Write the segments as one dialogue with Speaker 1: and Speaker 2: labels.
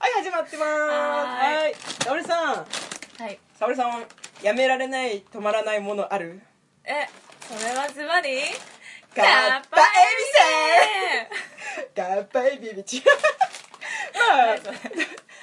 Speaker 1: 始まってます
Speaker 2: はーい
Speaker 1: はい沙織さん
Speaker 2: はい
Speaker 1: 沙織さんやめられない止まらないものあ る
Speaker 2: えそれはズバリ
Speaker 1: ガッパエ
Speaker 2: エ
Speaker 1: ガッパイビビチま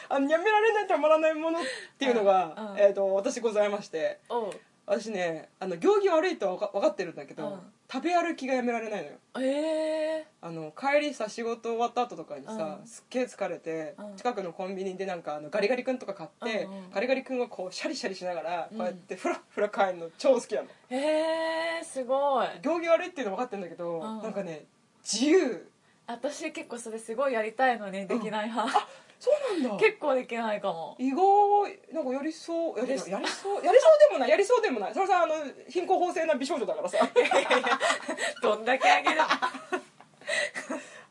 Speaker 1: ああのやめられない止まらないものっていうの
Speaker 2: うん
Speaker 1: が
Speaker 2: う、ん
Speaker 1: えー、と私ございまして
Speaker 2: おう
Speaker 1: 私ねあの行儀悪いとはわか分かってるんだけど、
Speaker 2: うん
Speaker 1: 食べ歩きがやめられないのよ
Speaker 2: え
Speaker 1: あの帰りさ仕事終わった後とかにさ、
Speaker 2: うん
Speaker 1: すっげえ疲れて、
Speaker 2: うん
Speaker 1: 近くのコンビニでなんかあのガリガリ君とか買って、
Speaker 2: うんうん
Speaker 1: ガリガリ君をこうシャリシャリしながらこうやってフラフラ帰るの超好きなの、
Speaker 2: ー、えー、すごい
Speaker 1: 行儀悪いっていうの分かってるんだけど、
Speaker 2: うん
Speaker 1: なんかね自由
Speaker 2: 私結構それすごいやりたいのにできない派、
Speaker 1: そうなんだ
Speaker 2: 結構できないか も
Speaker 1: 意外なんかやりそうやり
Speaker 2: や
Speaker 1: や
Speaker 2: り
Speaker 1: りそ
Speaker 2: そうう
Speaker 1: やりそうでもないやりそうでもないそれさんあの貧困法制な美少女だ からさ
Speaker 2: どんだけあげるの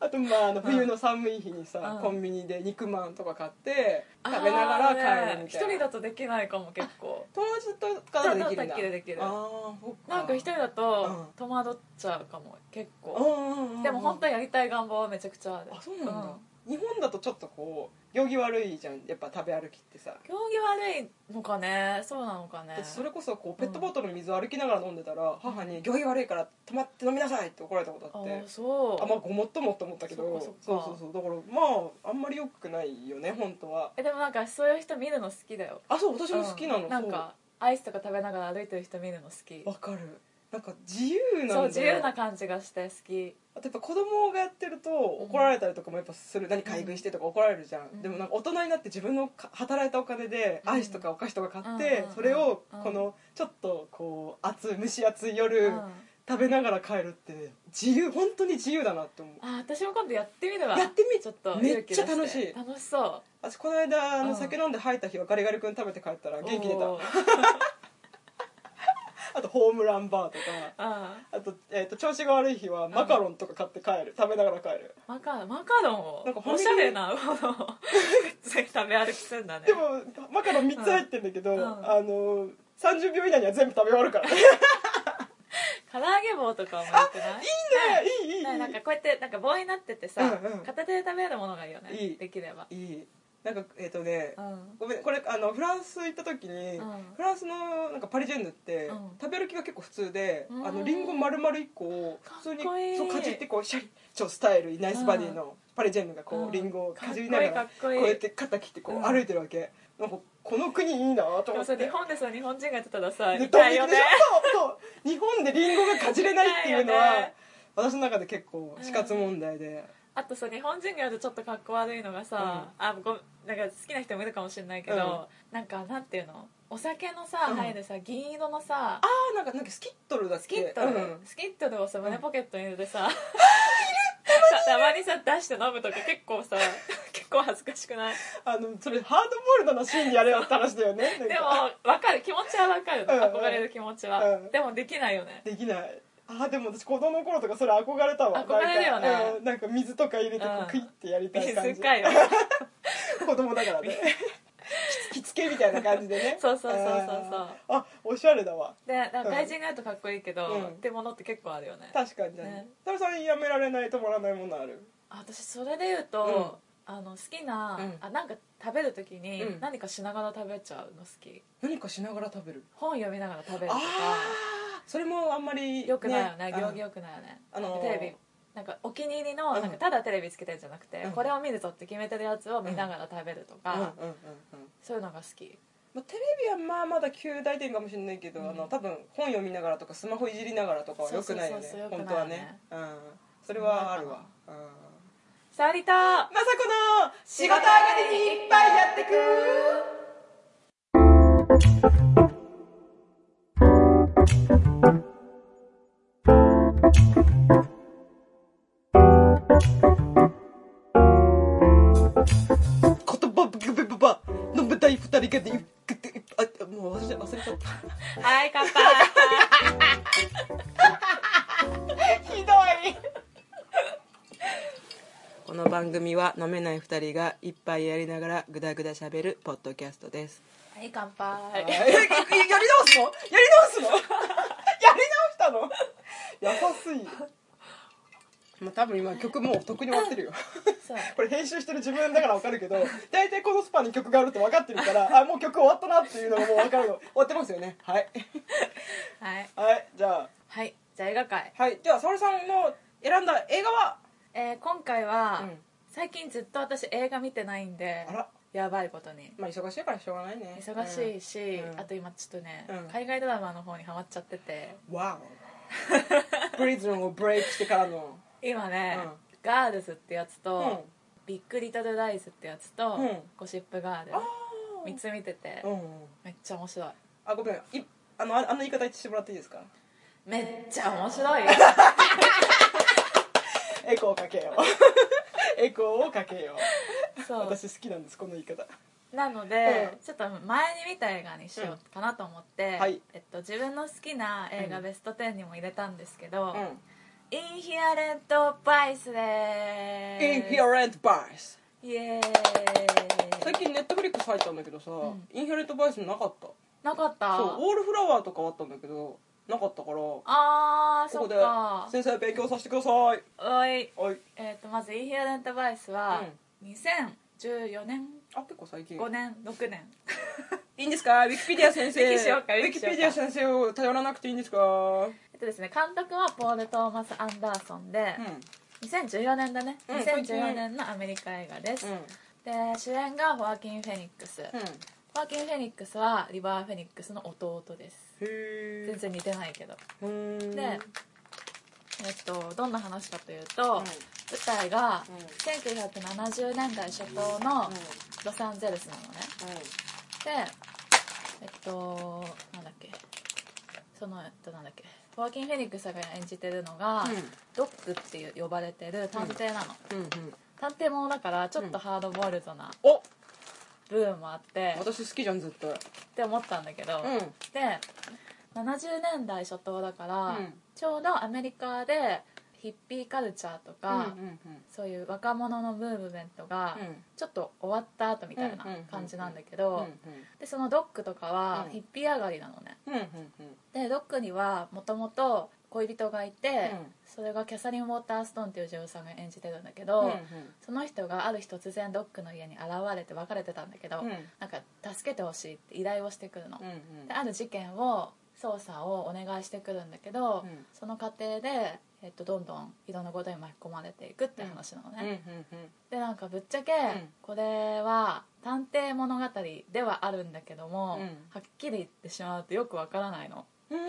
Speaker 1: あとまああの冬の寒い日にさ、
Speaker 2: うん
Speaker 1: コンビニで肉まんとか買って食べながら帰
Speaker 2: あー
Speaker 1: る
Speaker 2: ね
Speaker 1: み
Speaker 2: 一
Speaker 1: たいな、
Speaker 2: 人だとできないかも結構
Speaker 1: 友達とかだとできるんだ
Speaker 2: だったらできる
Speaker 1: ああそっか
Speaker 2: なんか一人だ
Speaker 1: うん
Speaker 2: と戸惑っちゃうかも結
Speaker 1: うん
Speaker 2: 構
Speaker 1: うんうん
Speaker 2: でも本当はやりたい願望はめちゃくちゃある
Speaker 1: あそうなんだ、日本だとちょっとこう行儀悪いじゃんやっぱ食べ歩きってさ、
Speaker 2: 競技悪いのかねそうなのかね
Speaker 1: でそれこそこうペットボトルの水を歩きながら飲んでたら、母に「行儀悪いから止まって飲みなさい」って怒られたこと
Speaker 2: あ
Speaker 1: あって
Speaker 2: ーそう
Speaker 1: あまあごもっともと思ったけど
Speaker 2: そっかそっか
Speaker 1: うそうそうだからまああんまりよくないよね本当は
Speaker 2: えでもなんかそういう人見るの好きだよ
Speaker 1: あそう私も好きなの、
Speaker 2: うんなんかアイスとか食べながら歩いてる人見るの好き
Speaker 1: そうわかるなんか自由なんだ
Speaker 2: そう
Speaker 1: よ
Speaker 2: 自由な感じがして好き
Speaker 1: あとやっぱ子供がやってると怒られたりとかもやっぱする、何買い食いしてとか怒られるじゃん、
Speaker 2: うん
Speaker 1: でもなんか大人になって自分のか働いたお金で
Speaker 2: うん
Speaker 1: アイスとかお菓子とか買って、
Speaker 2: うん
Speaker 1: それを
Speaker 2: うん
Speaker 1: このちょっとこう暑い蒸し暑い夜、
Speaker 2: うん
Speaker 1: 食べながら帰るって自由本当に自由だなって思う
Speaker 2: あ私も今度やってみるわ
Speaker 1: やってみ
Speaker 2: ちょっと
Speaker 1: めっちゃ
Speaker 2: 勇気出
Speaker 1: 楽してい
Speaker 2: 楽しそう
Speaker 1: 私この間あ
Speaker 2: う
Speaker 1: の
Speaker 2: ん
Speaker 1: 酒飲んで吐いた日はガリガリ君食べて帰ったら元気出た
Speaker 2: おー
Speaker 1: あとホームランバーとか
Speaker 2: うん
Speaker 1: あと,、えー、と調子が悪い日はマカロンとか買って帰る、食べながら帰る
Speaker 2: マカマカロンを
Speaker 1: なんかファミ
Speaker 2: お
Speaker 1: リー
Speaker 2: しゃれなものを食べ歩きするんだね
Speaker 1: でもマカロン3つ入ってるんだけど、
Speaker 2: うん
Speaker 1: あの30秒以内には全部食べ終わる からねい
Speaker 2: 唐揚げ棒とかもよくない
Speaker 1: いねいいいいいい
Speaker 2: ねなんかこうやってなんか棒になっててさ、
Speaker 1: うんうん
Speaker 2: 片手で食べるものがいいよね
Speaker 1: いい
Speaker 2: できれば
Speaker 1: いいなんかえっ、とね、
Speaker 2: うん
Speaker 1: ごめんこれあのフランス行った時に、
Speaker 2: うん
Speaker 1: フランスのなんかパリジェンヌって、
Speaker 2: うん
Speaker 1: 食べ歩きが結構普通で、
Speaker 2: うん
Speaker 1: あのリンゴ丸々1個を普通に
Speaker 2: かっこいい
Speaker 1: そうかじってこうシャリ超スタイルナイスバディのパリジェンヌがこう、
Speaker 2: うん
Speaker 1: リンゴをかじりながら
Speaker 2: かっこいいかっこいい
Speaker 1: こうやって肩切ってこう、
Speaker 2: うん
Speaker 1: 歩いてるわけなんかこの国いいなと
Speaker 2: で
Speaker 1: 思
Speaker 2: も
Speaker 1: って
Speaker 2: さ日本でさ日本人がやってたらさ
Speaker 1: で
Speaker 2: 痛いよね
Speaker 1: そうそう日本でリンゴがかじれないっていうの
Speaker 2: 痛いよ
Speaker 1: は
Speaker 2: ね
Speaker 1: 私の中で結構死活問題で、
Speaker 2: あとさ日本人がやるとちょっとかっこ悪いのがさ、あごなんか好きな人もいるかもしれないけど、なんかなんていうのお酒のさ、
Speaker 1: うん
Speaker 2: 入るさ銀色のさ
Speaker 1: ああなんかなんかスキットルだっけ
Speaker 2: スキットル、
Speaker 1: うん
Speaker 2: スキットルをさ胸ポケットに入れて さ、さ たまにさ出して飲むとか結構さ結構恥ずかしくない
Speaker 1: あのそれハードボールドなシーンでやれよって話だよねなん
Speaker 2: で
Speaker 1: か
Speaker 2: も分かる気持ちは分かる、
Speaker 1: うんうん
Speaker 2: 憧れる気持ちは、
Speaker 1: うん
Speaker 2: でもできないよね
Speaker 1: できないあーでも私子供の頃とかそれ憧れたわ
Speaker 2: 憧れるよね
Speaker 1: なんか,、うん、なんか水とか入れてこ
Speaker 2: うん
Speaker 1: うクイッてやりたい 感じ
Speaker 2: 水、かよ
Speaker 1: 子供だ からね着付けみたいな感じでね
Speaker 2: そうそうそうそうそう
Speaker 1: あーあおしゃれだわ
Speaker 2: でなんか外人がやるとかっこいいけど、
Speaker 1: うん
Speaker 2: ってものって結構あるよね
Speaker 1: 確かにじゃ
Speaker 2: ね
Speaker 1: 太郎さんやめられない止まらないものある
Speaker 2: あ私それで言うと、あの好きな、
Speaker 1: うん
Speaker 2: あなんか食べる時に
Speaker 1: うん
Speaker 2: 何かしながら食べちゃうの好き
Speaker 1: 何かしながら食べる
Speaker 2: 本読みながら食べると
Speaker 1: あ
Speaker 2: か
Speaker 1: あそれもあんまり
Speaker 2: よくないよね
Speaker 1: あの
Speaker 2: 行儀よくないよね、
Speaker 1: あのー
Speaker 2: テレビなんかお気に入りの
Speaker 1: うん
Speaker 2: なんかただテレビつけてるんじゃなくて、
Speaker 1: うん
Speaker 2: これを見るぞって決めてるやつを見ながら食べると
Speaker 1: うんうん
Speaker 2: か、
Speaker 1: うんうん
Speaker 2: そういうのが好き
Speaker 1: まあ、テレビはまあまだ旧大点かもしれないけど、
Speaker 2: うん
Speaker 1: あの多分本読みながらとかスマホいじりながらとかはよくないよね
Speaker 2: そうそうそうそう
Speaker 1: 本当はね、うん、それはあるわ、うん、
Speaker 2: サリ
Speaker 1: まさ
Speaker 2: タ
Speaker 1: この仕事上がりにいっぱいやってく言葉ブクブクば飲むたい二人がでくってあもう忘れ忘れちゃった
Speaker 2: はい 乾杯
Speaker 1: ひどいこの番組は飲めない2人が一杯やりながらぐだぐだしゃべるポッドキャストです
Speaker 2: はい乾杯
Speaker 1: やり直すのや り直すのやり直したの優しいまあ、多分今曲もうとっくに終わってる よ
Speaker 2: そう
Speaker 1: これ編集してる自分だから分かるけど大体このスパンに曲があるって分かってるからあもう曲終わったなっていうのがもう分かるよ終わってますよねはい
Speaker 2: はい、
Speaker 1: はいじゃあ
Speaker 2: はい、じゃあ映画界、
Speaker 1: はいでは沙織さんの選んだ映画は
Speaker 2: えー今回は、
Speaker 1: うん
Speaker 2: 最近ずっと私映画見てないんで
Speaker 1: あら
Speaker 2: やばいことに
Speaker 1: まあ忙しいからしょうがないね
Speaker 2: 忙しいし、
Speaker 1: うん
Speaker 2: あと今ちょっとね、
Speaker 1: うん
Speaker 2: 海外ドラマの方にハマっちゃってて
Speaker 1: わおプリズンをブレイクしてからの
Speaker 2: 今ね、
Speaker 1: うん
Speaker 2: ガールズってやつと、
Speaker 1: うん
Speaker 2: ビッグリトルライズってやつと、
Speaker 1: うん
Speaker 2: ゴシップガール
Speaker 1: あ
Speaker 2: 3つ見てて、
Speaker 1: うん
Speaker 2: めっちゃ面白い
Speaker 1: あごめんいあのああの言い方してもらっていい ですか
Speaker 2: めっちゃ面 白いよ
Speaker 1: エコーかけよ うエコーをかけよう
Speaker 2: そう
Speaker 1: 私好きなんですこの言い方
Speaker 2: なので、
Speaker 1: うん
Speaker 2: ちょっと前に見た映画にしようかなと思って、
Speaker 1: んはい
Speaker 2: えっと、自分の好きな映画
Speaker 1: うん
Speaker 2: ベスト10にも入れたんですけど
Speaker 1: うん
Speaker 2: 「インヒアレント・バイス」です
Speaker 1: インヒアレントバイス
Speaker 2: イエ
Speaker 1: 最
Speaker 2: ーイ
Speaker 1: 近ネットフリックス入ったんだけどさ、
Speaker 2: ん
Speaker 1: インヒアレントバイスなかった
Speaker 2: なかった
Speaker 1: そうオールフラワーとかはあったんだけどなかったからこ
Speaker 2: あーそ
Speaker 1: こ
Speaker 2: っ
Speaker 1: で
Speaker 2: か
Speaker 1: 先生勉強させてください
Speaker 2: おい
Speaker 1: はい
Speaker 2: えっ、とまず「インヒアレント・バイス」は2014年
Speaker 1: あ結構最近
Speaker 2: 5年6年
Speaker 1: いいんですかウィキペディア先生
Speaker 2: ウィキしようか
Speaker 1: ウ
Speaker 2: ウ
Speaker 1: ィ
Speaker 2: ィ
Speaker 1: キ
Speaker 2: キし
Speaker 1: ペ
Speaker 2: ようか
Speaker 1: ディア先生を頼らなくていいんですか
Speaker 2: えっとですね監督はポール・トーマス・アンダーソンで、
Speaker 1: う
Speaker 2: 2014年だね
Speaker 1: うん
Speaker 2: 2014年のアメリカ映画です、
Speaker 1: んうん
Speaker 2: で主演がホアキン・フェニックス、
Speaker 1: うん
Speaker 2: ホアキン・フェニックスはリバー・フェニックスの弟です
Speaker 1: へ
Speaker 2: 全然似てないけど、
Speaker 1: 然
Speaker 2: でえっとどんな話かというと、
Speaker 1: うん
Speaker 2: 舞台が
Speaker 1: うん
Speaker 2: 1970年代初頭のロサンゼルスなのねでえっとなんだっけそのえっとなんだっけホアキン・フェニックスが演じてるのが、
Speaker 1: うん
Speaker 2: ドッグっていう呼ばれてる探偵なの、
Speaker 1: うんうん
Speaker 2: 探偵ものだからちょっとハードボイルドな
Speaker 1: お
Speaker 2: ブームもあって、っ
Speaker 1: 私好きじゃん絶対
Speaker 2: て思ったんだけ
Speaker 1: う
Speaker 2: ど、
Speaker 1: ん
Speaker 2: で70年代初頭だから、
Speaker 1: うん
Speaker 2: ちょうどアメリカでヒッピーカルチャーとか、
Speaker 1: うん
Speaker 2: そういう若者のムーブメントが
Speaker 1: うん
Speaker 2: ちょっと終わった後みたいな感じなんだけど、
Speaker 1: うん
Speaker 2: でそのドックとかは
Speaker 1: うん
Speaker 2: ヒッピー上がりなのね
Speaker 1: うんうんうん
Speaker 2: でドックにはもともと恋人がいて、
Speaker 1: うん
Speaker 2: それがキャサリン・ウォーターストーンっていう女優さんが演じてるんだけ
Speaker 1: う
Speaker 2: ど、
Speaker 1: んうん
Speaker 2: その人がある日突然ドックの家に現れて別れてたんだけど、
Speaker 1: うん
Speaker 2: なんか助けてほしいって依頼をしてくるの、
Speaker 1: うん
Speaker 2: である事件を捜査をお願いしてくるんだけ
Speaker 1: う
Speaker 2: ど、
Speaker 1: ん
Speaker 2: その過程で、えっと、どんどんいろんなことに巻き込まれていくって話なのね、
Speaker 1: うんうんうん
Speaker 2: でなんかぶっちゃけ、
Speaker 1: ん
Speaker 2: これは探偵物語ではあるんだけども、
Speaker 1: うん
Speaker 2: はっきり言ってしまうとよくわからないの
Speaker 1: うーんあ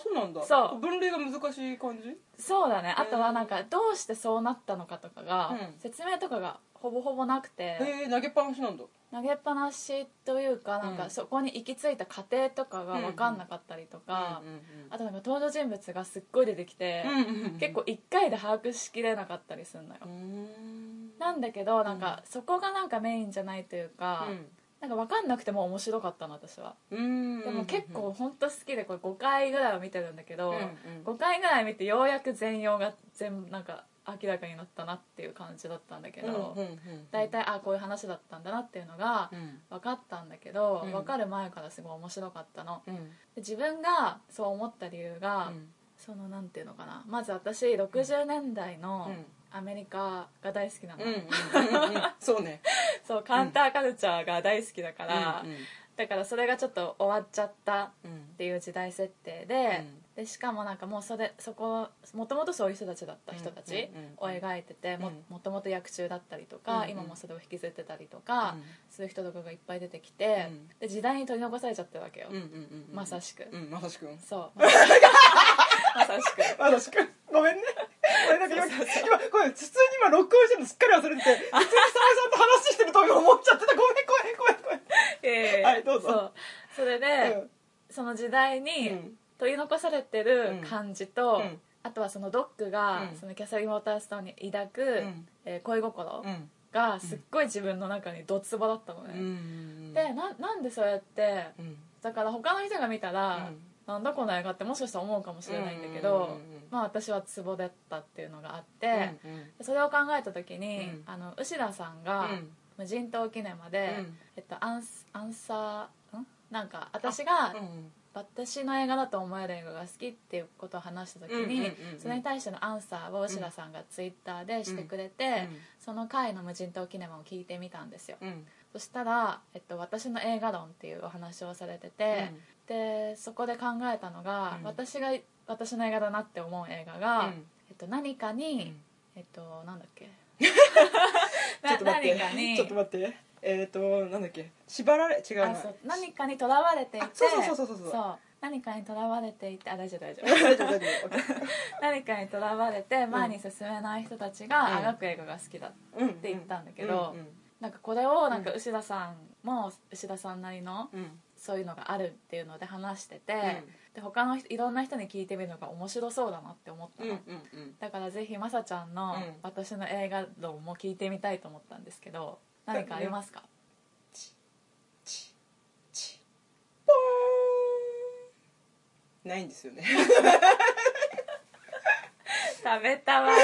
Speaker 1: そうなんだ
Speaker 2: そう
Speaker 1: 分類が難しい感じ
Speaker 2: そうだねあと
Speaker 1: う
Speaker 2: は
Speaker 1: ん
Speaker 2: なんかどうしてそうなったのかとかが、
Speaker 1: うん
Speaker 2: 説明とかがほぼほぼなくて、
Speaker 1: へえ投げっぱなしなんだ
Speaker 2: 投げっぱなしというかなん
Speaker 1: うん
Speaker 2: かそこに行き着いた過程とかが分かんなかったりとか、
Speaker 1: うんうん
Speaker 2: あとなんか登場人物がすっごい出てきて、
Speaker 1: うんうんうん
Speaker 2: 結構1回で把握しきれなかったりするのよ、
Speaker 1: うーん
Speaker 2: なんだけどなんかそこがなんかメインじゃないというか、
Speaker 1: うん
Speaker 2: なんか分かんなくても面白かったの私は
Speaker 1: うん
Speaker 2: でも結構本当好きでこれ5回ぐらいは見てるんだけど、
Speaker 1: うんうん
Speaker 2: 5回ぐらい見てようやく全容が全なんか明らかになったなっていう感じだったんだけ
Speaker 1: うんうん
Speaker 2: ど、
Speaker 1: うん
Speaker 2: 大体あこういう話だったんだなっていうのが
Speaker 1: うん
Speaker 2: 分かったんだけど、
Speaker 1: うん
Speaker 2: 分かる前からすごい面白かったの
Speaker 1: うん
Speaker 2: で自分がそう思った理由が、そのなんていうのかなまず私60年代の
Speaker 1: うん
Speaker 2: アメリカが大好きなの、
Speaker 1: うんうんうんうんそうね
Speaker 2: そうカウンターカルチャーが大好きだから、
Speaker 1: うんうん
Speaker 2: だからそれがちょっと終わっちゃった
Speaker 1: うん
Speaker 2: っていう時代設定で,、でしかもなんかもうそれそこもともとそういう人たちだった人たち
Speaker 1: うんうん
Speaker 2: を描いてて、も
Speaker 1: うん
Speaker 2: もともと役中だったりと
Speaker 1: うん
Speaker 2: か、
Speaker 1: うん
Speaker 2: 今もそれを引きずってたりと
Speaker 1: う
Speaker 2: か、
Speaker 1: ん
Speaker 2: する人とかがいっぱい出てきて、
Speaker 1: うん
Speaker 2: で時代に取り残されちゃってるわけよ、
Speaker 1: うんうんうんうん
Speaker 2: まさしく、
Speaker 1: うんまさしくん
Speaker 2: そうまさしくまさしく
Speaker 1: まさしくんごめんね俺なんか今今これ普通に今録音してるのすっかり忘れてて普通に沙織さんと話してると思っちゃってたごめんごめんごめん
Speaker 2: ええ
Speaker 1: はいどうぞ
Speaker 2: そうそれで、
Speaker 1: うん
Speaker 2: その時代
Speaker 1: う
Speaker 2: に
Speaker 1: ん
Speaker 2: 取り残されてる感じと、
Speaker 1: うん
Speaker 2: あとはそのドックが、
Speaker 1: うん
Speaker 2: そのキャサリン・ウォーターストーンに抱く、
Speaker 1: ん
Speaker 2: えー恋心
Speaker 1: うん
Speaker 2: がすっごい自分の中にドツボだったの
Speaker 1: う
Speaker 2: ね、
Speaker 1: ん
Speaker 2: でななんでそうやって
Speaker 1: うん
Speaker 2: だから他の人が見たら、
Speaker 1: うん
Speaker 2: なんだこの映画ってもしかしたら思うかもしれないんだけど、
Speaker 1: うんうんうんうん
Speaker 2: まあ私はツボだったっていうのがあって、
Speaker 1: うんうん
Speaker 2: それを考えた時に、
Speaker 1: うん
Speaker 2: あの牛田さんが
Speaker 1: うん
Speaker 2: 無人島記念まで、
Speaker 1: うん
Speaker 2: えっと、アンスアンサーんなんか私が
Speaker 1: うん
Speaker 2: 私の映画だと思える映画が好きっていうことを話した時に、
Speaker 1: うんうんうんうん
Speaker 2: それに対してのアンサーをシラさんがツイッターでしてくれて、その回の「無人島キネマ」を聞いてみたんですよ、
Speaker 1: うんうん
Speaker 2: そしたら、えっと、私の映画論っていうお話をされてて、でそこで考えたのが、
Speaker 1: うん
Speaker 2: 私が私の映画だなって思う映画
Speaker 1: う
Speaker 2: が、
Speaker 1: ん
Speaker 2: えっと、何か
Speaker 1: う
Speaker 2: に、
Speaker 1: ん
Speaker 2: えっとなんだっ け
Speaker 1: ちょっと待って
Speaker 2: な何かに
Speaker 1: ちょっと待ってえっ、となんだっけ縛られ違うな
Speaker 2: あ そう何かにとらわれていて
Speaker 1: あそうそうそうそうそう
Speaker 2: 何かにとらわれていてあ大丈夫大丈 夫
Speaker 1: 大丈夫大丈夫 OK
Speaker 2: 何かにとらわれて前に進めない人たちがあ
Speaker 1: うん
Speaker 2: がく映画が好きだって
Speaker 1: うん
Speaker 2: 言ったんだけど、
Speaker 1: うんうん
Speaker 2: なんかこれをなんか牛田さんも牛田さんなりの
Speaker 1: うん
Speaker 2: そういうのがあるっていうので話してて、
Speaker 1: うん
Speaker 2: で他の人いろんな人に聞いてみるのが面白そうだなって思った
Speaker 1: うん
Speaker 2: の、
Speaker 1: うん
Speaker 2: だからぜひまさちゃんの
Speaker 1: うん
Speaker 2: 私の映画論も聞いてみたいと思ったんですけど何かありますか、
Speaker 1: チチポーンないんですよね
Speaker 2: 食べたわり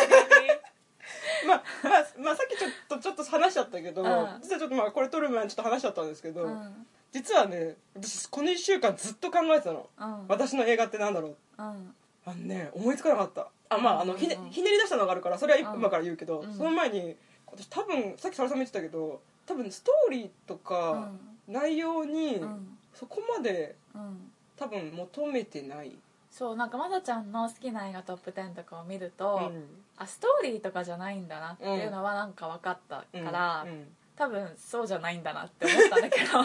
Speaker 1: まあ、まあ、まあさっきちょっとちょっと話しちゃったけど、
Speaker 2: うん
Speaker 1: 実はちょっとまあこれ撮る前にちょっと話しちゃったんですけど、
Speaker 2: に、うん
Speaker 1: 実はね私この1週間ずっと考えてたの
Speaker 2: うん
Speaker 1: 私の映画ってなんだろう
Speaker 2: うん
Speaker 1: あのね思いつかなかったあまああのひね
Speaker 2: うんうん
Speaker 1: ひねり出したのがあるからそれは
Speaker 2: うん
Speaker 1: 今から言うけど、
Speaker 2: うん
Speaker 1: その前に私多分さっきサラさんも言ってたけど多分ストーリーと
Speaker 2: う
Speaker 1: か
Speaker 2: ん
Speaker 1: 内容に
Speaker 2: うん
Speaker 1: そこまで
Speaker 2: うん
Speaker 1: 多分求めてない、
Speaker 2: そうなんかまさちゃんの好きな映画トップ10とかを見ると、
Speaker 1: うん
Speaker 2: あストーリーとかじゃないんだなっていうのはなんか分かったから、
Speaker 1: うんうん
Speaker 2: 多分そうじゃないんだなって思ったんだけど、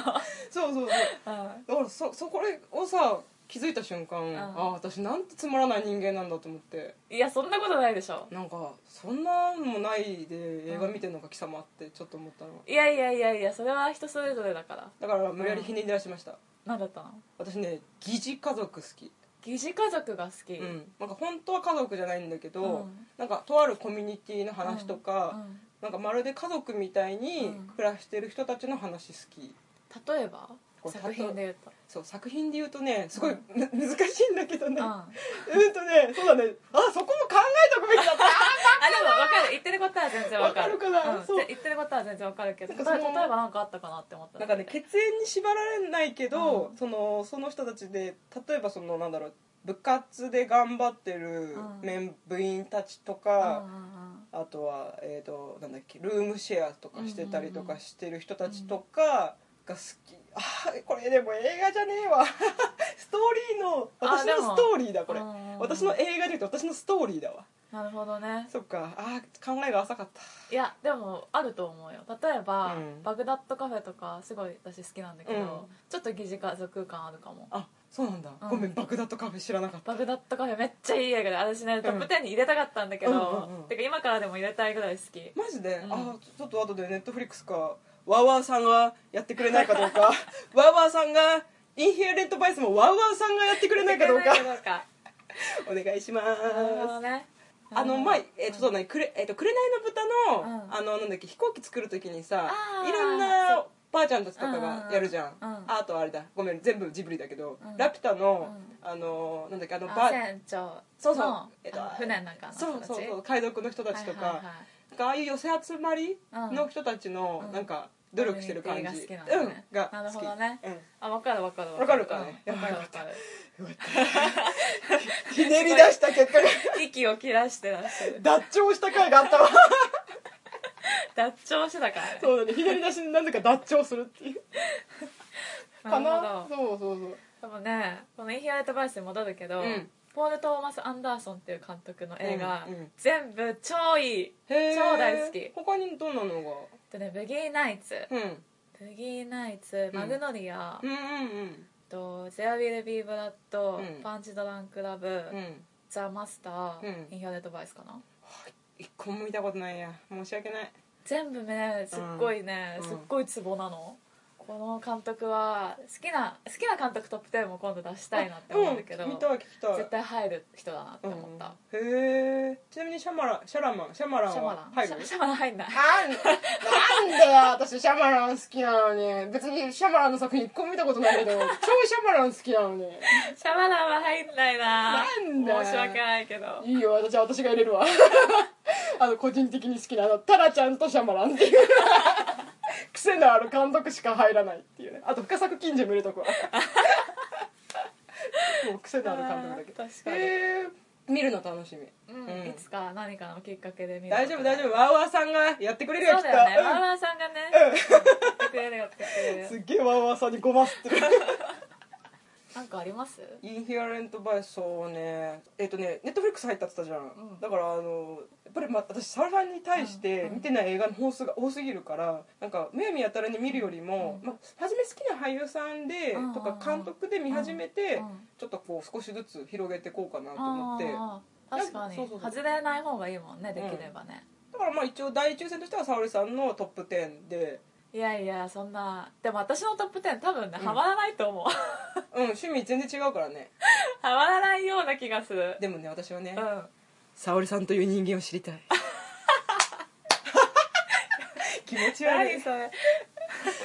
Speaker 1: そうそうそう
Speaker 2: うん
Speaker 1: だからそそこれをさ気づいた瞬間、
Speaker 2: ん
Speaker 1: ああ私なんてつまらない人間なんだと思って
Speaker 2: いやそんなことないでしょ
Speaker 1: なんかそんなんもないで映画見てんのか貴様ってちょっと思ったの
Speaker 2: いやいやいやいやそれは人それぞれだから
Speaker 1: だから無理やりひねり出しました、
Speaker 2: 何だったの
Speaker 1: 私ね疑似家族好き
Speaker 2: 疑似家族が好き、
Speaker 1: うん、なんか本当は家族じゃないんだけど、
Speaker 2: うん
Speaker 1: なんかとあるコミュニティの話と
Speaker 2: う
Speaker 1: か、
Speaker 2: ん
Speaker 1: なんかまるで家族みたいに
Speaker 2: うん
Speaker 1: 暮らしてる人たちの話好き
Speaker 2: 例えば
Speaker 1: これ
Speaker 2: 作品で言うと
Speaker 1: そう作品で言うとねすごい、
Speaker 2: うん
Speaker 1: む難しいんだけどね、うん
Speaker 2: う、
Speaker 1: ん、
Speaker 2: あ
Speaker 1: とねそうだねあそこも考えとくべきだった
Speaker 2: でも分かる言ってることは全然分かる
Speaker 1: 分かるかな
Speaker 2: うん
Speaker 1: そう
Speaker 2: で言ってることは全然分かるけど
Speaker 1: な
Speaker 2: 例
Speaker 1: ん
Speaker 2: え
Speaker 1: かそ
Speaker 2: ば
Speaker 1: の
Speaker 2: 例えば何かあったかなって思った
Speaker 1: なんかね血縁に縛られないけど、
Speaker 2: うん
Speaker 1: そのその人たちで例えばそのなんだろう部活で頑張ってる
Speaker 2: うん
Speaker 1: メン、部員たちと
Speaker 2: うん
Speaker 1: か、
Speaker 2: うん
Speaker 1: あとは、えー、となんだっけルームシェアとかしてたりとかしてる人たちとかが好き、あーこれでも映画じゃねえわ ストーリーの
Speaker 2: あ
Speaker 1: 私
Speaker 2: でも
Speaker 1: のストーリーだこれ
Speaker 2: うんうんうん
Speaker 1: 私の映画じゃなくて私のストーリーだわ
Speaker 2: なるほどね
Speaker 1: そっかあー考えが浅かった
Speaker 2: いやでもあると思うよ例えば、
Speaker 1: うん
Speaker 2: バグダッドカフェとかすごい私好きなんだけど、
Speaker 1: うん
Speaker 2: ちょっと疑似家族感あるかも
Speaker 1: あそうなんだ、
Speaker 2: うん
Speaker 1: ごめんバグダッドカフェ知らなかった
Speaker 2: バグダッドカフェめっちゃいい映画で私ねトップ10に入れたかったんだけど、
Speaker 1: うんうんうん
Speaker 2: てか今からでも入れたいぐらい好き
Speaker 1: マジで、
Speaker 2: うん
Speaker 1: あーちょっと後でネットフリックスかワーワーさんがやってくれないか どうかワーワーさんがインヘアレントバイスもワーワーさんがやってくれないかどうか
Speaker 2: 入れないか
Speaker 1: お願いしま
Speaker 2: どうかなるほ
Speaker 1: す
Speaker 2: どね
Speaker 1: あの前えっとそうだねくれえっと紅の豚の、
Speaker 2: うん
Speaker 1: あのなんだっけ飛行機作るときにさ
Speaker 2: あー
Speaker 1: いろん
Speaker 2: そ
Speaker 1: な
Speaker 2: う
Speaker 1: ばあちゃんたちとかがやるじゃん、
Speaker 2: うんうん
Speaker 1: ああとあれだごめん全部ジブリだけど、
Speaker 2: うん
Speaker 1: ラピュタの、
Speaker 2: う
Speaker 1: あのなんだっけあのば
Speaker 2: あ
Speaker 1: あ
Speaker 2: 船長の
Speaker 1: そうそうえっと
Speaker 2: あの船なんかの
Speaker 1: そうそうそう
Speaker 2: 人
Speaker 1: 海賊の人た
Speaker 2: たち
Speaker 1: ちとか、
Speaker 2: はいはいはい
Speaker 1: なんかああいう寄せ集まりの人たちの、
Speaker 2: うん
Speaker 1: なんか努力してる感じ
Speaker 2: コミュニティが好きなんだね
Speaker 1: うん、が好き
Speaker 2: なるほどね
Speaker 1: うん、よ
Speaker 2: あ分かる分かる分
Speaker 1: わかるかね
Speaker 2: 分かる
Speaker 1: よか
Speaker 2: 分
Speaker 1: っ
Speaker 2: かる
Speaker 1: かった ひねり出した結果が
Speaker 2: 息を切らしてらっしゃる
Speaker 1: 脱腸した回があったわ
Speaker 2: 脱腸してたからね
Speaker 1: そうだねひねり出しになぜか脱腸するっていうか
Speaker 2: なる
Speaker 1: な
Speaker 2: ほど
Speaker 1: そうそうそう
Speaker 2: でもねこの「インヒアレット・バイス」に戻るけど、
Speaker 1: うん
Speaker 2: ポール・トーマス・アンダーソンっていう監督の映画、
Speaker 1: うんうん
Speaker 2: 全部超いい
Speaker 1: へー
Speaker 2: 超大好き
Speaker 1: 他にどんなのが
Speaker 2: でね「ブギー・ナイツ」
Speaker 1: うん
Speaker 2: ブギーナイツ」
Speaker 1: う
Speaker 2: 「
Speaker 1: ん
Speaker 2: マグノリア」
Speaker 1: うんうん
Speaker 2: と「ゼア・ウィル・ビー・ブラッド」
Speaker 1: うん
Speaker 2: パンチ・ドランク・ラブ」
Speaker 1: うんうん
Speaker 2: ザ・マスター」
Speaker 1: うん
Speaker 2: インヒアレット・バイス」かな
Speaker 1: 一個も見たことないや申し訳ない
Speaker 2: 全部ねすっごいね、
Speaker 1: うん
Speaker 2: すっごいツボなの、この監督は好きな好きな監督トップ10も今度出したいなって思うんだけど、
Speaker 1: うん、見たい聞きたい
Speaker 2: 絶対入る人だなって思った、
Speaker 1: うんへえちなみにシャマランシャラマンシャマラン
Speaker 2: シャマ
Speaker 1: は
Speaker 2: ラ
Speaker 1: 入
Speaker 2: ン、シ
Speaker 1: る
Speaker 2: ャシャマラン入んない
Speaker 1: なんなんでよ私シャマラン好きなのに別にシャマランの作品一個も見たことないけど超シャマラン好きなのに
Speaker 2: シャマランは入んないな
Speaker 1: なんだ
Speaker 2: 申し訳ないけど
Speaker 1: いいよ私は私が入れるわ あの個人的に好きなあのタラちゃんとシャマランっていう 癖のある監督しか入らないっていうねあと深作金次も入れとくわ構癖のある監督だけど
Speaker 2: あー確かに、
Speaker 1: へー見るの楽しみ
Speaker 2: うん
Speaker 1: うん
Speaker 2: いつか何かのきっかけで見る
Speaker 1: 大丈夫大丈夫
Speaker 2: 夫
Speaker 1: ワーワーさんがやってくれるよ
Speaker 2: そ
Speaker 1: き
Speaker 2: う
Speaker 1: っと
Speaker 2: だよねママさんがねやってくれるやってくれ
Speaker 1: うんす
Speaker 2: る
Speaker 1: っげえワーワーさんにごますってる
Speaker 2: なんかあります
Speaker 1: インヒアレントバイそうねえっ、とねネットフリックス入ったって言ったじゃん、
Speaker 2: うん
Speaker 1: だからあのやっぱり、ま、私サラさんに対して
Speaker 2: うん
Speaker 1: 見てない映画の本数が多すぎるからなんかむやみやたらに見るよりも、
Speaker 2: うん
Speaker 1: ま、初め好きな俳優さんで
Speaker 2: うん
Speaker 1: とか監督で見始めて、
Speaker 2: うん
Speaker 1: ちょっとこう少しずつ広げていこうかなと思って
Speaker 2: あー確かに
Speaker 1: そうそうそう
Speaker 2: 外れない方がいいもんねできればね、
Speaker 1: だからまあ一応大抽選としては沙織さんのトップ10で、
Speaker 2: いやいやそんなでも私のトップ10多分ね
Speaker 1: うん
Speaker 2: ハマらないと思う
Speaker 1: う ん、趣味全然違うからね
Speaker 2: ハマらないような気がする
Speaker 1: でもね私はね
Speaker 2: うん
Speaker 1: 沙織さんという人間を知り たい気持ち悪い
Speaker 2: 何それ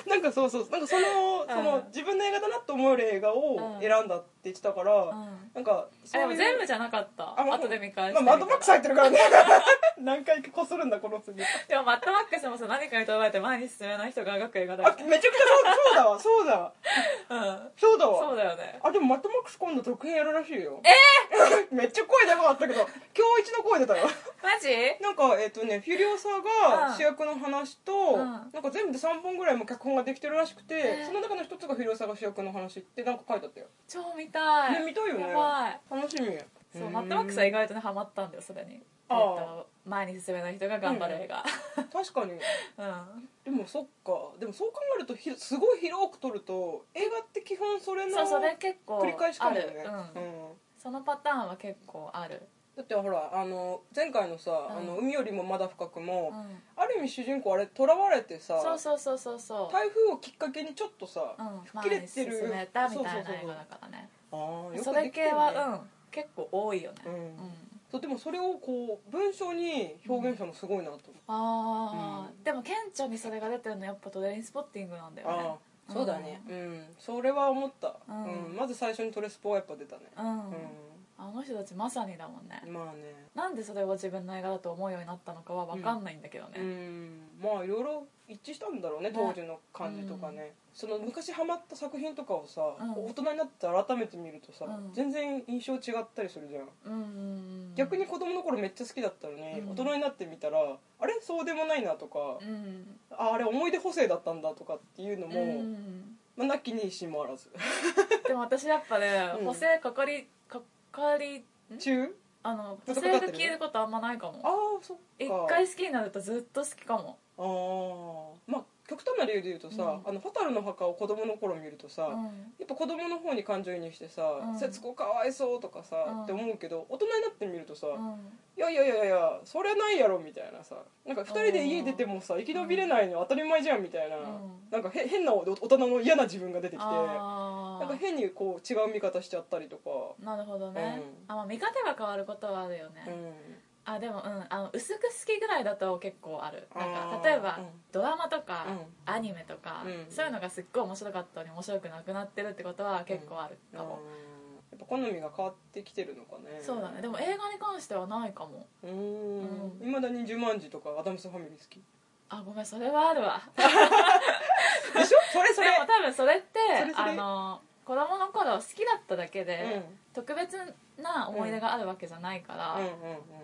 Speaker 1: なんかそうそうなんかそのその、
Speaker 2: うん
Speaker 1: 自分の映画だなと思える映画を
Speaker 2: うん
Speaker 1: 選んだって言ってたから、
Speaker 2: うん
Speaker 1: なんか
Speaker 2: あ
Speaker 1: そう
Speaker 2: で
Speaker 1: いう
Speaker 2: も全部じゃなかった
Speaker 1: あまあ
Speaker 2: 後で見返して
Speaker 1: まあ、
Speaker 2: み
Speaker 1: マッド
Speaker 2: た
Speaker 1: マックス入ってるからね 何回かこするんだこの 次
Speaker 2: でもマッドマックスもさ何かにとらわれて前に進めない人が描く映画だ
Speaker 1: あ
Speaker 2: よ
Speaker 1: めちゃくちゃそうそうだわそうだわ
Speaker 2: うん
Speaker 1: そうだわ
Speaker 2: そうだよね
Speaker 1: あでもマッドマックス今度続編やるらしいよえー、 めっちゃ声出なかったけど今日一の声出たよ
Speaker 2: マジ
Speaker 1: なんかえっ、とね「フュリオサ」
Speaker 2: う
Speaker 1: が
Speaker 2: ん
Speaker 1: 主役の話と、
Speaker 2: ん
Speaker 1: なんか全部で3本ぐらいも脚本ができてるらしくて、
Speaker 2: えー
Speaker 1: その中の一つが「フュリオサ」が主役の話ってなんか書いてあったよ
Speaker 2: 超見たい
Speaker 1: ね見たいよね
Speaker 2: やばい
Speaker 1: 楽しみ
Speaker 2: そう
Speaker 1: ーん
Speaker 2: マッドマックスは意外とねハマったんだよそれに
Speaker 1: あー
Speaker 2: えっと前に進めない人が頑張る映画
Speaker 1: 確かに
Speaker 2: うん
Speaker 1: でもそっかでもそう考えるとひすごい広く撮ると映画って基本それの
Speaker 2: そうそれ結構
Speaker 1: 繰り返しか
Speaker 2: あ
Speaker 1: もね
Speaker 2: るうん
Speaker 1: うん
Speaker 2: そのパターンは結構ある
Speaker 1: だってほらあの前回のさ「
Speaker 2: うん
Speaker 1: あの海よりもまだ深くも」
Speaker 2: うん
Speaker 1: ある意味主人公あれ囚われてさ
Speaker 2: そうそうそうそうそう
Speaker 1: 台風をきっかけにちょっとさ、
Speaker 2: う
Speaker 1: あ
Speaker 2: ん、
Speaker 1: 切れ
Speaker 2: 前に
Speaker 1: て
Speaker 2: 進
Speaker 1: る
Speaker 2: めたみ
Speaker 1: そ
Speaker 2: た
Speaker 1: う
Speaker 2: い
Speaker 1: そう
Speaker 2: な
Speaker 1: そう
Speaker 2: 映
Speaker 1: そう
Speaker 2: 画だからね
Speaker 1: あーよ
Speaker 2: そ
Speaker 1: くで
Speaker 2: れ
Speaker 1: きてる
Speaker 2: 系
Speaker 1: ね
Speaker 2: は、うん、結構多いよね、
Speaker 1: う
Speaker 2: うんん
Speaker 1: そうでもそれをこう文章に表現したのすごいなと思って、
Speaker 2: ああ、
Speaker 1: う
Speaker 2: でも顕著にそれが出てるのやっぱトレインスポッティングなんだよね
Speaker 1: ああ
Speaker 2: うん
Speaker 1: そうだねうん、それは思った、う
Speaker 2: うんん
Speaker 1: まず最初にトレスポはやっぱ出たね
Speaker 2: うん、
Speaker 1: う
Speaker 2: あの人たちまさにだもんね
Speaker 1: ん、まあね
Speaker 2: なんでそれを自分の映画だと思うようになったのかは分かんないんだけどね、
Speaker 1: うんまあいろいろ一致したんだろうね
Speaker 2: ね
Speaker 1: 当時の感じとかね、その昔ハマった作品とかをさ、
Speaker 2: うん
Speaker 1: 大人になって改めて見るとさ、
Speaker 2: うん
Speaker 1: 全然印象違ったりするじゃん、
Speaker 2: うんうんうん
Speaker 1: 逆に子供の頃めっちゃ好きだったのに、
Speaker 2: うん
Speaker 1: 大人になってみたらあれそうでもないなとか、
Speaker 2: うん
Speaker 1: ああれ思い出補正だったんだとかっていうのも、
Speaker 2: うん
Speaker 1: まあ、なきにしもあらず
Speaker 2: でも私やっぱね
Speaker 1: うん
Speaker 2: 補正かかりかかり
Speaker 1: 中
Speaker 2: あの
Speaker 1: ずっ
Speaker 2: 補
Speaker 1: と
Speaker 2: 正
Speaker 1: かかって
Speaker 2: が
Speaker 1: る
Speaker 2: 消えることあんまないか
Speaker 1: ああ
Speaker 2: も
Speaker 1: そっか
Speaker 2: 一回好きになるとずっと好きかも
Speaker 1: ああまあ極端な理由で言うとさ「
Speaker 2: うん
Speaker 1: あのファタルの墓」を子供の頃見るとさ、
Speaker 2: うん
Speaker 1: やっぱ子供の方に感情移入してさ
Speaker 2: う
Speaker 1: 「
Speaker 2: ん
Speaker 1: 節子かわいそう」とかさ、
Speaker 2: うん
Speaker 1: って思うけど大人になってみるとさ「
Speaker 2: うん
Speaker 1: いやいやいやいやそりゃないやろ」みたいなさなんか2人で家出てもさ生き延びれないの当たり前じゃんみたいな、
Speaker 2: うん
Speaker 1: なんかへ変なお大人の嫌な自分が出てきてな
Speaker 2: あー
Speaker 1: んか変にこう違う見方しちゃったりとか。
Speaker 2: なるほどね、
Speaker 1: うん
Speaker 2: あまあ見方が変わることはあるよね、
Speaker 1: うん
Speaker 2: あでもうんあの薄く好きぐらいだと結構あるなん
Speaker 1: あ
Speaker 2: か
Speaker 1: ー
Speaker 2: 例えば、
Speaker 1: うん
Speaker 2: ドラマとか、
Speaker 1: う
Speaker 2: アニメとか、
Speaker 1: うん
Speaker 2: そういうのがすっごい面白かったのに面白くなくなってるってことは結構あるかも、
Speaker 1: やっぱ好みが変わってきてるのかね
Speaker 2: そうだねでも映画に関してはないかも
Speaker 1: うー
Speaker 2: うん
Speaker 1: んいまだに「十万字」とか「アダムスファミリー」好 き
Speaker 2: あごめんそれはあるわで
Speaker 1: でしょそれそれ
Speaker 2: も多分それって
Speaker 1: それそれ
Speaker 2: あの子供の頃好きだっただけ
Speaker 1: うん
Speaker 2: で、特別な思い出があるわけじゃないから、
Speaker 1: うんうんうん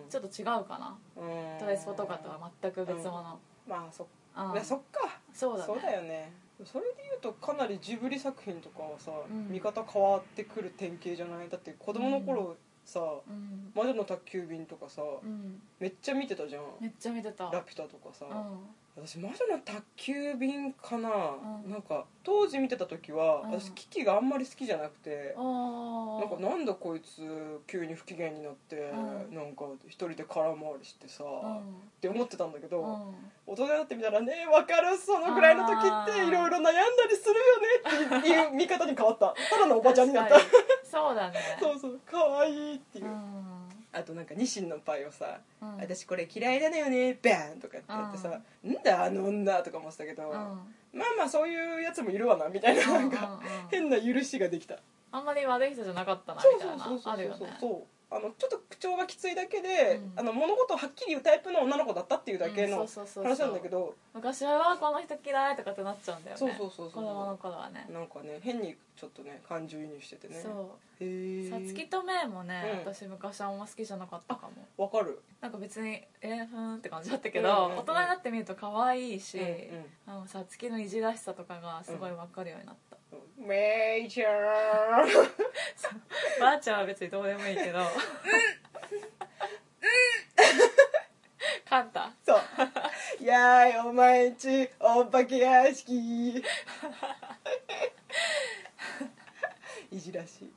Speaker 2: ちょっと違うかな、
Speaker 1: うん
Speaker 2: トレスポとかとは全く別物、
Speaker 1: まあそっ
Speaker 2: うん
Speaker 1: いやそっか
Speaker 2: そうだね
Speaker 1: そうだよねそれで言うとかなりジブリ作品とかはさ
Speaker 2: ん
Speaker 1: 見方変わってくる典型じゃないだって子供の頃さ
Speaker 2: うん
Speaker 1: 「魔女の宅急便」とかさ
Speaker 2: うん
Speaker 1: めっちゃ見てたじゃん
Speaker 2: めっちゃ見てた
Speaker 1: 「ラピュタ」とかさ
Speaker 2: うん
Speaker 1: 私魔女の宅急便かな、
Speaker 2: うん
Speaker 1: なんか当時見てた時は、
Speaker 2: うん
Speaker 1: 私キキがあんまり好きじゃなくて、
Speaker 2: あ
Speaker 1: なんか
Speaker 2: ー
Speaker 1: なんだこいつ急に不機嫌になって、
Speaker 2: うん
Speaker 1: なんか一人で空回りしてさ、
Speaker 2: うん
Speaker 1: って思ってたんだけど、
Speaker 2: うん
Speaker 1: 大人になってみたらね分かるそのぐらいの時って
Speaker 2: あー
Speaker 1: いろいろ悩んだりするよねっていう見方に変わ ったただのおばちゃんになった
Speaker 2: 確かにそうだね
Speaker 1: そうそうかわいいっていう、
Speaker 2: うん
Speaker 1: あとなんかニシンのパイをさ
Speaker 2: うん
Speaker 1: 私これ嫌いなのよねバーンとかってやってさ「んだあの女」とか思ってたけど、
Speaker 2: うん
Speaker 1: まあまあそういうやつもいるわなみたいななんか
Speaker 2: うんうんうん
Speaker 1: 変な許しができた
Speaker 2: あんまり悪い人じゃなかったな
Speaker 1: そう
Speaker 2: みた
Speaker 1: そ
Speaker 2: いな
Speaker 1: うそうそう
Speaker 2: ある
Speaker 1: そ
Speaker 2: よ
Speaker 1: う
Speaker 2: ね
Speaker 1: そうあのちょっと口調がきついだけで、
Speaker 2: うん
Speaker 1: あの物事をはっきり言うタイプの女の子だったっていうだけ
Speaker 2: う
Speaker 1: の
Speaker 2: んそうそうそうそう
Speaker 1: 話なんだけど、
Speaker 2: 昔はわこの人嫌いとかってなっちゃうんだよね
Speaker 1: そうそうそうそう
Speaker 2: 子供の頃はね
Speaker 1: なんかね変にちょっとね感情移入しててね
Speaker 2: そ
Speaker 1: へ
Speaker 2: う
Speaker 1: え
Speaker 2: さつきとめいもね、
Speaker 1: うん
Speaker 2: 私昔あんま好きじゃなかったかも
Speaker 1: わかる
Speaker 2: なんか別にえー、ふーんって感じだったけど、
Speaker 1: うんうんうん
Speaker 2: 大人になってみると可愛いし、
Speaker 1: うん
Speaker 2: あのさつきのいじらしさとかがすごい分かるようになっ
Speaker 1: う
Speaker 2: た、
Speaker 1: んメイちゃー
Speaker 2: ばあちゃんは別にどうでもいいけどカンタ
Speaker 1: そう やーいお前んちお化け屋 敷いじらし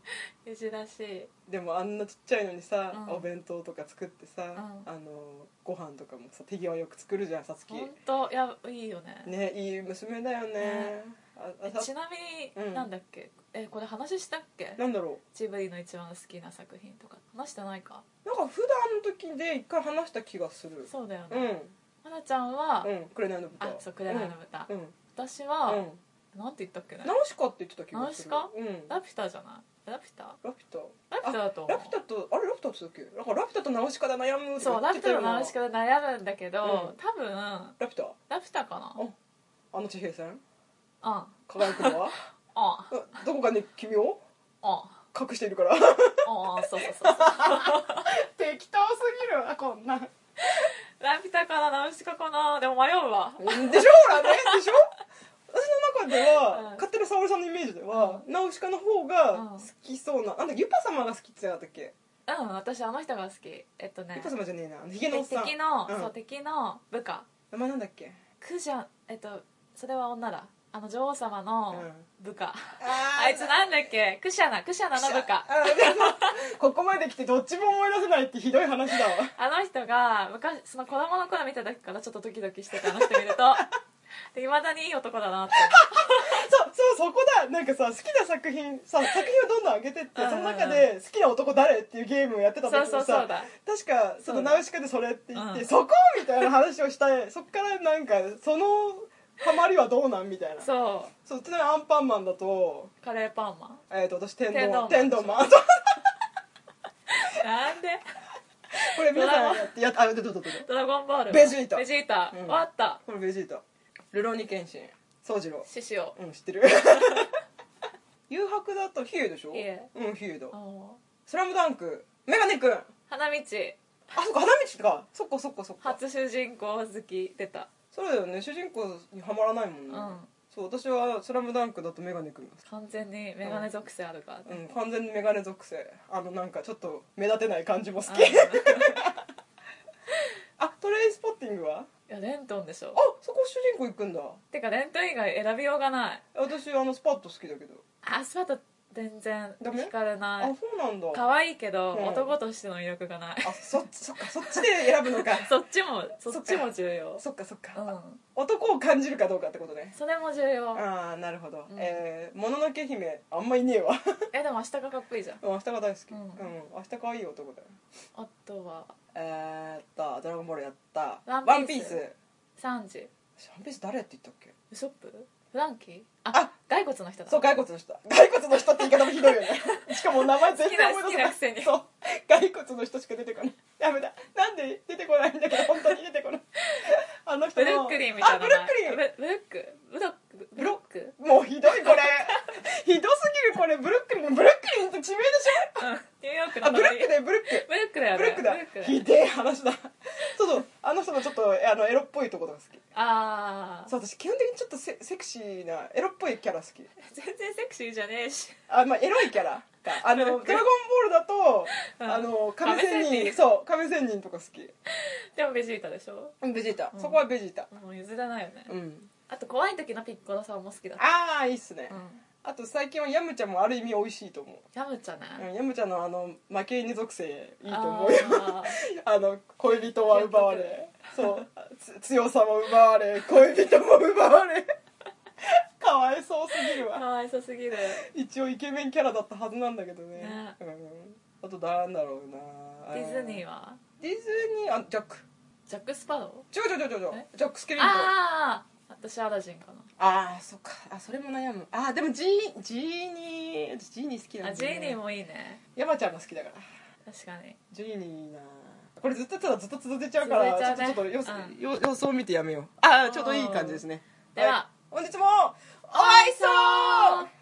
Speaker 1: い
Speaker 2: いじらしい
Speaker 1: でもあんなちっちゃいのにさ、
Speaker 2: うん
Speaker 1: お弁当とか作ってさ、
Speaker 2: ん
Speaker 1: あのご飯とかもさ手際よく作るじゃんさつき
Speaker 2: 本当いやいいよね
Speaker 1: ねいい娘だよね
Speaker 2: ね
Speaker 1: あ
Speaker 2: え
Speaker 1: あさ
Speaker 2: ちなみに、
Speaker 1: うん
Speaker 2: なんだっけえこれ話したっけ
Speaker 1: なんだろ
Speaker 2: ジブリの一番好きな作品とか話してないか
Speaker 1: うなんか普段の時で一回話した気がする
Speaker 2: そうだよ
Speaker 1: うん
Speaker 2: ね、はなちゃんは、
Speaker 1: うん「紅の豚」
Speaker 2: あそう「紅の豚」
Speaker 1: うん、
Speaker 2: 私
Speaker 1: う
Speaker 2: は、
Speaker 1: ん
Speaker 2: なんて言ったっけね
Speaker 1: ナウシカって言ってた気がする
Speaker 2: ナウシ
Speaker 1: うん
Speaker 2: ラピュタじゃないラピュタ
Speaker 1: ラピュタ
Speaker 2: ラピュタだと思
Speaker 1: ラ
Speaker 2: う
Speaker 1: ピュタとあれラピュタって言ってたっけだからラピュタとナウシカで悩むって言
Speaker 2: そうラ
Speaker 1: っ
Speaker 2: ピ
Speaker 1: てた
Speaker 2: ュタ
Speaker 1: よ
Speaker 2: の
Speaker 1: な
Speaker 2: 話から悩むんだけど、
Speaker 1: うん
Speaker 2: 多分ラ
Speaker 1: ラピュタ
Speaker 2: ピュタかな
Speaker 1: おあの地平線
Speaker 2: うんうん
Speaker 1: 輝くのは
Speaker 2: う
Speaker 1: うんどこかに君を
Speaker 2: んうん
Speaker 1: 隠しているから
Speaker 2: そうそうそう
Speaker 1: 適当すぎるわこんな
Speaker 2: ラピュタかなナウシカかなでも迷うわ
Speaker 1: でしょ ほらねでしょ私の中では、
Speaker 2: うん
Speaker 1: 勝手な沙織さんのイメージでは、ナウシカの方が
Speaker 2: うん
Speaker 1: 好きそうな、あんたユパ様が好きって言ってなかったっけ、
Speaker 2: うん私あの人が好きえっとね
Speaker 1: ユパ様じゃねえなあのヒゲのおっさん
Speaker 2: 敵の、
Speaker 1: うん
Speaker 2: そう敵の部下
Speaker 1: 名前なんだっけ
Speaker 2: クジャンえっとそれは女だあの女王様の部下、
Speaker 1: あ
Speaker 2: あいつなんだっけクシャナクシャナの部下
Speaker 1: あでもここまで来てどっちも思い出せないってひどい話だわ
Speaker 2: あの人が昔その子供の頃見た時からちょっとドキドキしてたあの人見 るといまだにいい男だなって
Speaker 1: そうそうそこだなんかさ好きな作品さ作品をどんどん上げてって
Speaker 2: うん
Speaker 1: その中で好きな男誰っていうゲームをやってたんだ
Speaker 2: そう
Speaker 1: け
Speaker 2: そ
Speaker 1: ど
Speaker 2: うそ
Speaker 1: さ
Speaker 2: うだ
Speaker 1: 確かそのナウシカでそれって言って、
Speaker 2: うん
Speaker 1: そこみたいな話をしたいそっ からなんかそのハマりはどうなんみたいな
Speaker 2: そ
Speaker 1: そうちなみにアンパンマンだと,、
Speaker 2: うカレーパンマン
Speaker 1: えー、と私天童
Speaker 2: 天
Speaker 1: 天
Speaker 2: 童
Speaker 1: 童
Speaker 2: マ
Speaker 1: マンそう
Speaker 2: なんで
Speaker 1: これ皆
Speaker 2: ドラ
Speaker 1: さ
Speaker 2: ゴン
Speaker 1: んやってやっあどうぞどうぞ
Speaker 2: ドラゴンボール
Speaker 1: ベジータ
Speaker 2: ベジータ、
Speaker 1: うん
Speaker 2: 終わった
Speaker 1: これベジータルローニケンシン宗次郎
Speaker 2: 獅子を
Speaker 1: うん知 ってる誘白だとヒューでしょ
Speaker 2: ヒエ
Speaker 1: うんヒューだ
Speaker 2: あの
Speaker 1: スラムダンクメガネくんあ
Speaker 2: 花道
Speaker 1: そっか花道かそっかそっかそっか
Speaker 2: 初主人公好き出た
Speaker 1: そうだよね主人公にはまらないもん
Speaker 2: う
Speaker 1: ね、
Speaker 2: ん
Speaker 1: そう私は「スラムダンクだとメガネくんが好き
Speaker 2: 完全にメガネ属性あるからね、
Speaker 1: うん、完全にメガネ属性あのなんかちょっと目立てない感じも好
Speaker 2: うん
Speaker 1: き あトレインスポッティングはい
Speaker 2: やレントンでしょ
Speaker 1: あそこ主人公行くんだ
Speaker 2: てかレントン以外選びようがない
Speaker 1: 私あのスパッと好きだけど
Speaker 2: アスファルト全然
Speaker 1: ダメ
Speaker 2: 惹かれな
Speaker 1: あ
Speaker 2: い
Speaker 1: そうなんだ
Speaker 2: 可愛いけど、
Speaker 1: うん
Speaker 2: 男としての魅力がない
Speaker 1: あそそっかそっちで選ぶのか
Speaker 2: そっちもそっち
Speaker 1: そっ
Speaker 2: も重要
Speaker 1: そっかそっか、
Speaker 2: うん
Speaker 1: 男を感じるかどうかってことね
Speaker 2: それも重要
Speaker 1: ああなるほど、
Speaker 2: うん
Speaker 1: えーもののけ姫あんまいねえわ
Speaker 2: えでも明日がかっこいいじゃん
Speaker 1: うん明日が大好き、
Speaker 2: う
Speaker 1: うんん明日可愛い男だよ
Speaker 2: あとは
Speaker 1: えー、っと「ドラゴンボール」やった「
Speaker 2: ワ
Speaker 1: ワ
Speaker 2: ン
Speaker 1: ン
Speaker 2: ピース
Speaker 1: ピース」
Speaker 2: 3時
Speaker 1: 私ワンピース誰って言ったっけ
Speaker 2: ウソップフランキーあ
Speaker 1: あ
Speaker 2: 骸骨の人だ
Speaker 1: そう骸骨の人骸骨の人って言い方もひどい よねしかも名前全然思い出せない
Speaker 2: 好きな好きなくせに
Speaker 1: そう骸骨の人しか出てこないダメだなんで出てこないんだけど本当に出てこないあの人
Speaker 2: ブ
Speaker 1: の
Speaker 2: ルックリンみたいな
Speaker 1: あブルックリン
Speaker 2: ブブルックブロックブロック
Speaker 1: もうひどい これひどすぎるこれブルックリンブルックリンって地名でし
Speaker 2: うんニューヨーク
Speaker 1: ょあ
Speaker 2: の
Speaker 1: ブルック
Speaker 2: だ
Speaker 1: でブルック
Speaker 2: ブルックだよね
Speaker 1: ブルックだ
Speaker 2: ブルック
Speaker 1: ひでえ話だそうそうあの人のちょっとあのエロっぽいところが好き
Speaker 2: ああ
Speaker 1: そう私基本的にちょっとセセクシーなエロっぽいキャラ好き
Speaker 2: 全然セクシーじゃねえし
Speaker 1: あまあエロいキャラ かあの「ドラゴンボール」だと
Speaker 2: うん
Speaker 1: あの亀仙
Speaker 2: 亀仙人
Speaker 1: 人そう亀仙人とか好き
Speaker 2: でもベジータでしょ
Speaker 1: うんベジータ、
Speaker 2: うん
Speaker 1: そこはベジータ
Speaker 2: もう譲れないよね
Speaker 1: うん
Speaker 2: あと怖い時のピッコロさんも好きだった
Speaker 1: ああいいっすね、
Speaker 2: うん
Speaker 1: あと最近はヤムチャもある意味美味しいと思う、
Speaker 2: ヤムチャね
Speaker 1: うん、ヤムチャのあの負け犬属性いいと思うよ
Speaker 2: あ
Speaker 1: あの恋人は奪われそうつ強さも奪われ恋人も奪われ かわいそうすぎる
Speaker 2: ーか
Speaker 1: わ
Speaker 2: わいそ すぎる
Speaker 1: 一応イケメンキャラだったはずなんだけどね
Speaker 2: ね
Speaker 1: うん、あとなんだろうな
Speaker 2: ディズニ
Speaker 1: ー
Speaker 2: ーは
Speaker 1: ディズニーあジャック
Speaker 2: ジャック・スパロ
Speaker 1: 違う違う違う違う
Speaker 2: え
Speaker 1: ジャック・スケ
Speaker 2: ー
Speaker 1: リントン
Speaker 2: ああ私アラジンか
Speaker 1: あーそっかあそれも悩むあーでもジージーニージーニー好き
Speaker 2: な
Speaker 1: な
Speaker 2: あ
Speaker 1: ん
Speaker 2: ジ
Speaker 1: だよ
Speaker 2: ー
Speaker 1: ね
Speaker 2: ニーもいいね
Speaker 1: 山ちゃんが好きだから
Speaker 2: 確かに
Speaker 1: ジュニーなこれずっとただずっと続いちゃうから
Speaker 2: 続いちゃうね
Speaker 1: ちょっとよそ
Speaker 2: うん
Speaker 1: よ様子を見てやめようあ
Speaker 2: う
Speaker 1: あ
Speaker 2: ん
Speaker 1: ちょうどいい感じですね
Speaker 2: では
Speaker 1: はい本日もお会いしそう